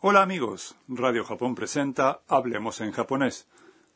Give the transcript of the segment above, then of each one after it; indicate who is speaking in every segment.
Speaker 1: Hola amigos, Radio Japón presenta Hablemos en japonés.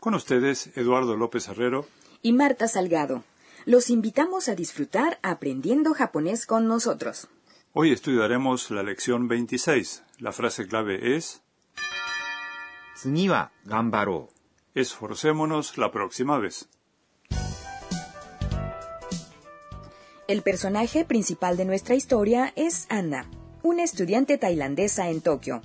Speaker 1: Con ustedes, Eduardo López Herrero.
Speaker 2: y Marta Salgado. Los invitamos a disfrutar aprendiendo japonés con nosotros.
Speaker 1: Hoy estudiaremos la lección 26. La frase clave es
Speaker 3: 次は頑張ろ
Speaker 1: esforcémonos la próxima vez.
Speaker 2: El personaje principal de nuestra historia es Anna, una estudiante tailandesa en Tokio.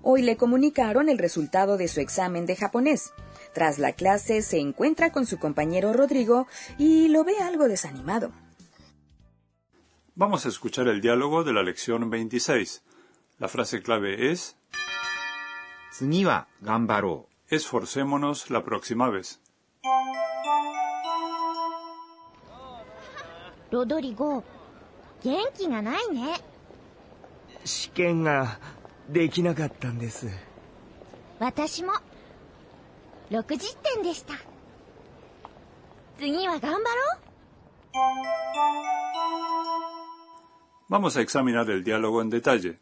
Speaker 2: Hoy le comunicaron el resultado de su examen de japonés. Tras la clase se encuentra con su compañero Rodrigo y lo ve algo desanimado.
Speaker 1: Vamos a escuchar el diálogo de la lección 26. La frase clave es
Speaker 3: う次は頑張ろ
Speaker 1: esforcémonos la próxima vez.
Speaker 4: ロドリゴ元気がないね
Speaker 5: 試験ができなかったんです
Speaker 4: 私も60点でした次は頑張ろう
Speaker 1: Vamos a examinar el diálogo en detalle.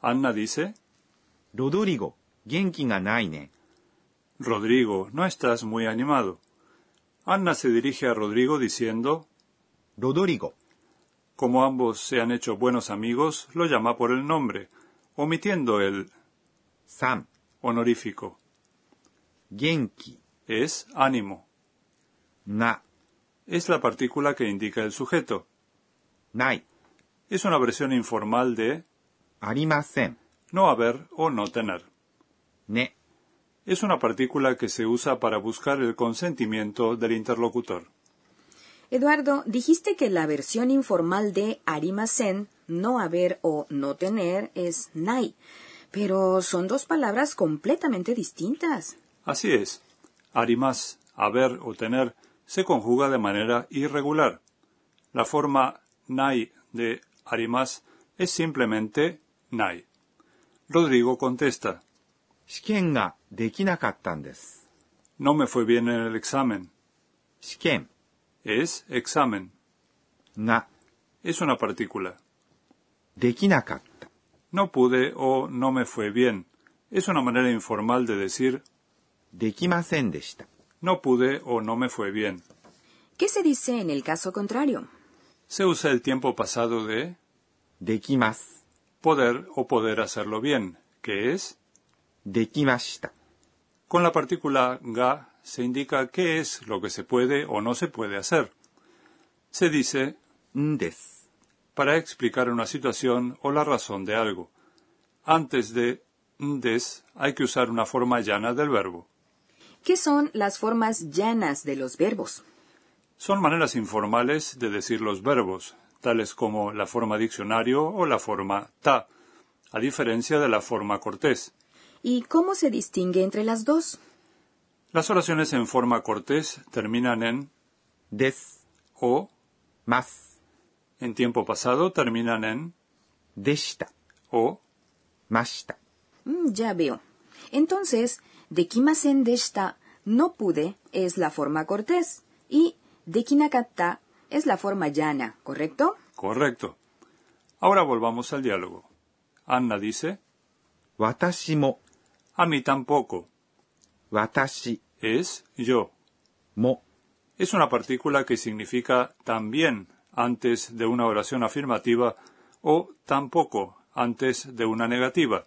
Speaker 1: Anna dice,
Speaker 3: うロドリゴ元気がないね
Speaker 1: Rodrigo, no estás muy animado. Anna se dirige a Rodrigo diciendo,
Speaker 3: ロドリゴ
Speaker 1: como ambos se han hecho buenos amigos, lo llama por el nombre, omitiendo el
Speaker 3: さん
Speaker 1: honorífico.
Speaker 3: 元気
Speaker 1: Es ánimo.
Speaker 3: が
Speaker 1: Es la partícula que indica el sujeto.
Speaker 3: ない、
Speaker 1: Es una versión informal de
Speaker 3: ありません、
Speaker 1: no haber o no tener.
Speaker 3: ね。
Speaker 1: Es una partícula que se usa para buscar el consentimiento del interlocutor.
Speaker 2: Eduardo, dijiste que la versión informal de arimasen, no haber o no tener, es nai, pero son dos palabras completamente distintas.
Speaker 1: Así es. Arimas, haber o tener, se conjuga de manera irregular. La forma nai de arimas es simplemente nai. Rodrigo contesta,
Speaker 3: 試験ができなかったんです。
Speaker 1: no me fue bien en el examen.
Speaker 3: 試験
Speaker 1: Es examen.
Speaker 3: が
Speaker 1: Es una partícula.
Speaker 3: できなかった。
Speaker 1: No pude o no me fue bien. Es una manera informal de decir
Speaker 3: できませんでした。
Speaker 1: no pude o no me fue bien.
Speaker 2: ¿Qué se dice en el caso contrario?
Speaker 1: Se usa el tiempo pasado de
Speaker 3: できます。
Speaker 1: poder o poder hacerlo bien, que es
Speaker 3: できました。
Speaker 1: Con la partícula ga se indica qué es lo que se puede o no se puede hacer. Se dice
Speaker 3: んです。
Speaker 1: para explicar una situación o la razón de algo. Antes de des hay que usar una forma llana del verbo.
Speaker 2: ¿Qué son las formas llanas de los verbos?
Speaker 1: Son maneras informales de decir los verbos, tales como la forma diccionario o la forma ta, a diferencia de la forma cortés.
Speaker 2: ¿Y cómo se distingue entre las dos?
Speaker 1: Las oraciones en forma cortés terminan en
Speaker 3: です。
Speaker 1: o,
Speaker 3: ます。
Speaker 1: en tiempo pasado terminan en
Speaker 3: でした。
Speaker 1: o,
Speaker 3: ました。
Speaker 2: Mm, ya veo. Entonces, dekimasen deshita, no pude, es la forma cortés, y dekinakatta es la forma llana, ¿correcto?
Speaker 1: Correcto. Ahora volvamos al diálogo. Anna dice,
Speaker 3: 私も、
Speaker 1: a mí tampoco.
Speaker 3: 私
Speaker 1: Es yo.
Speaker 3: も、
Speaker 1: Es una partícula que significa también antes de una oración afirmativa o tampoco antes de una negativa.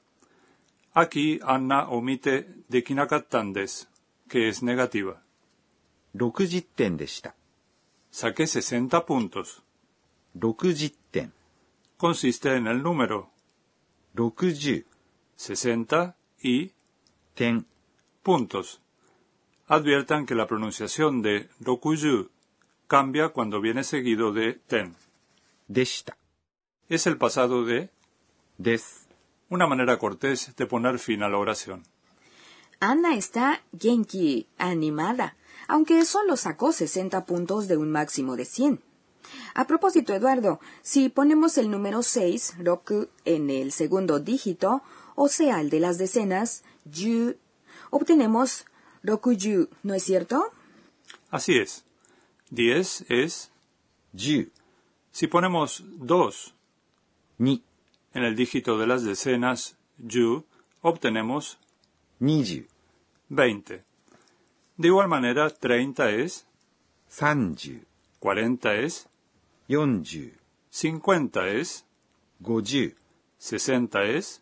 Speaker 1: Aquí Anna omite dekinakattandes, que es negativa.
Speaker 3: 60点でした。
Speaker 1: Saqué 60 puntos.
Speaker 3: 60点、
Speaker 1: Consiste en el número
Speaker 3: 60
Speaker 1: 60 y
Speaker 3: 点、
Speaker 1: puntos. Adviertan que la pronunciación de rokuyu cambia cuando viene seguido de ten.
Speaker 3: でした。
Speaker 1: Es el pasado de
Speaker 3: です。
Speaker 1: una manera cortés de poner fin a la oración.
Speaker 2: Anna está genki, animada, aunque solo sacó 60 puntos de un máximo de 100. A propósito, Eduardo, si ponemos el número 6, roku, en el segundo dígito, o sea, el de las decenas, yu, obtenemos rokuyu, ¿no es cierto?
Speaker 1: Así es. 10 es,
Speaker 3: 10、
Speaker 1: si ponemos 2
Speaker 3: 2、
Speaker 1: en el dígito de las decenas, yu, obtenemos
Speaker 3: 20、
Speaker 1: 20. De igual manera, 30 es,
Speaker 3: 30、
Speaker 1: 40 es,
Speaker 3: 40、
Speaker 1: 50 es,
Speaker 3: 50、
Speaker 1: 60 es,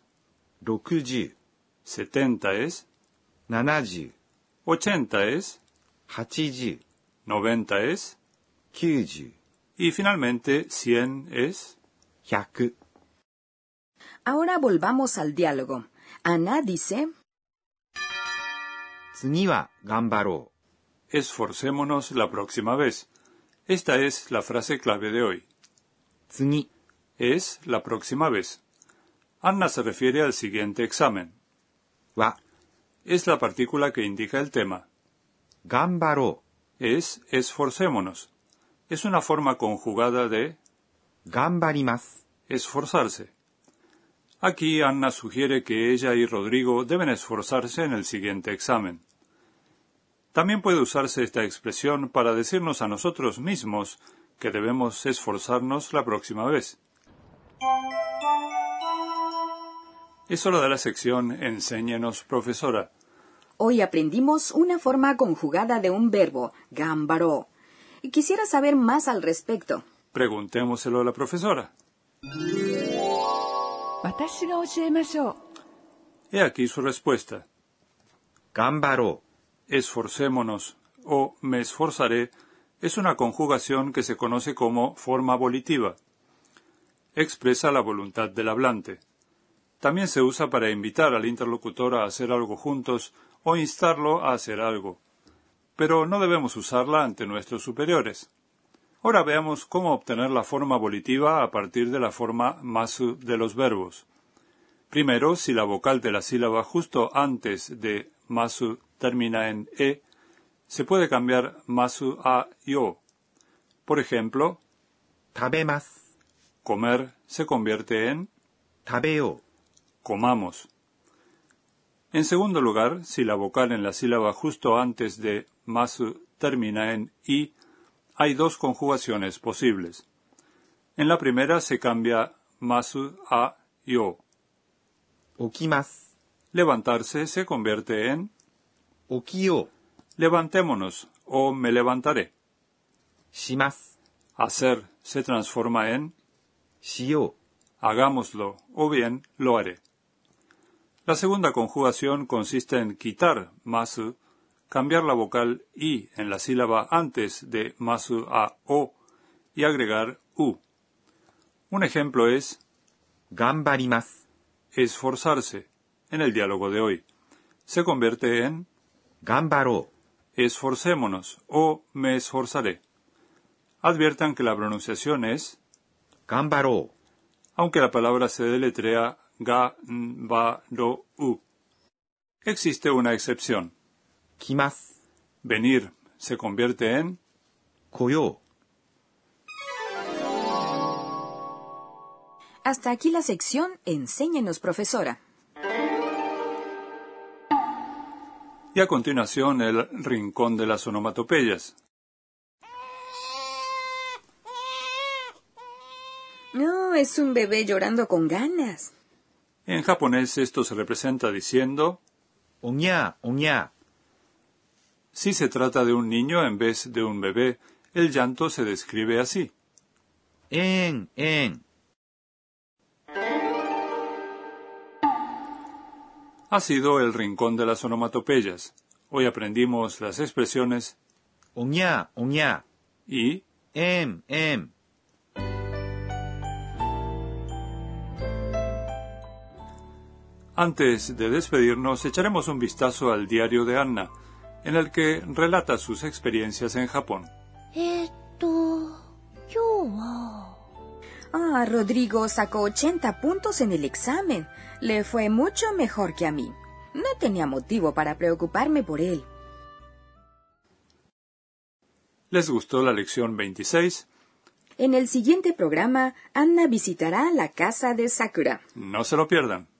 Speaker 3: 60、
Speaker 1: 70 es,
Speaker 3: 70、
Speaker 1: 80 es,
Speaker 3: 80、
Speaker 1: 90 es,
Speaker 3: 90、
Speaker 1: y finalmente 100 es.
Speaker 3: 100。
Speaker 2: Ahora volvamos al diálogo. Ana dice,
Speaker 3: 次は頑張ろ
Speaker 1: Esforcémonos la próxima vez. Esta es la frase clave de hoy.
Speaker 3: う。次、
Speaker 1: Es la próxima vez. Anna se refiere al siguiente examen.
Speaker 3: は、
Speaker 1: Es la partícula que indica el tema.
Speaker 3: 頑張ろ
Speaker 1: Es esforcémonos. Es una forma conjugada de
Speaker 3: う。頑張ります。
Speaker 1: esforzarse. Aquí Anna sugiere que ella y Rodrigo deben esforzarse en el siguiente examen. También puede usarse esta expresión para decirnos a nosotros mismos que debemos esforzarnos la próxima vez. Es hora de la sección Enséñenos, profesora.
Speaker 2: hoy aprendimos una forma conjugada de un verbo, gambaró. Quisiera saber más al respecto.
Speaker 1: Preguntémoselo a la profesora.
Speaker 6: 私が教えましょう
Speaker 1: He aquí su respuesta.
Speaker 3: 頑張ろ
Speaker 1: esforcémonos o me esforzaré es una conjugación que se conoce como forma volitiva. Expresa la voluntad del hablante. También se usa para invitar al interlocutor a hacer algo juntos o instarlo a hacer algo. Pero no debemos usarla ante nuestros superiores. Ahora veamos cómo obtener la forma volitiva a partir de la forma masu de los verbos. Primero, si la vocal de la sílaba justo antes de masu termina en e, se puede cambiar masu a yo. Por ejemplo,
Speaker 3: う。食べます。
Speaker 1: comer se convierte en
Speaker 3: 食べよ
Speaker 1: comamos. En segundo lugar, si la vocal en la sílaba justo antes de masu termina en i, hay dos conjugaciones posibles. En la primera se cambia masu a yo.
Speaker 3: う。起きます。
Speaker 1: Levantarse se convierte en
Speaker 3: 起きよう。
Speaker 1: levantémonos o me levantaré.
Speaker 3: します。
Speaker 1: Hacer se transforma en
Speaker 3: しよ
Speaker 1: hagámoslo o bien lo haré. La segunda conjugación consiste en quitar masu, cambiar la vocal i en la sílaba antes de masu a o y agregar u. Un ejemplo es
Speaker 3: う。頑張ります。
Speaker 1: esforzarse en el diálogo de hoy. Se convierte en
Speaker 3: 頑張ろ
Speaker 1: esforcémonos o me esforzaré. Adviertan que la pronunciación es
Speaker 3: う。頑張ろ
Speaker 1: aunque la palabra se deletrea ga, n, ba, ro, u. Existe una excepción.
Speaker 3: う。来ます。
Speaker 1: Venir se convierte en
Speaker 3: 来よう。
Speaker 2: Hasta aquí la sección Enséñenos, profesora.
Speaker 1: y a continuación el rincón de las onomatopeyas.
Speaker 2: No, es un bebé llorando con ganas.
Speaker 1: En japonés esto se representa diciendo
Speaker 3: おにゃー、おにゃ
Speaker 1: si se trata de un niño en vez de un bebé, el llanto se describe así.
Speaker 3: ー。えーん、えーん。
Speaker 1: Ha sido el rincón de las onomatopeyas. Hoy aprendimos las expresiones
Speaker 3: おにゃー、おにゃ
Speaker 1: y
Speaker 3: ー。えーん、えーん。
Speaker 1: Antes de despedirnos, echaremos un vistazo al diario de Anna, en el que relata sus experiencias en Japón.
Speaker 4: えーっと今日は
Speaker 2: Ah, Rodrigo sacó 80 puntos en el examen. Le fue mucho mejor que a mí. No tenía motivo para preocuparme por él.
Speaker 1: ¿Les gustó la lección 26?
Speaker 2: En el siguiente programa, Anna visitará la casa de Sakura.
Speaker 1: No se lo pierdan.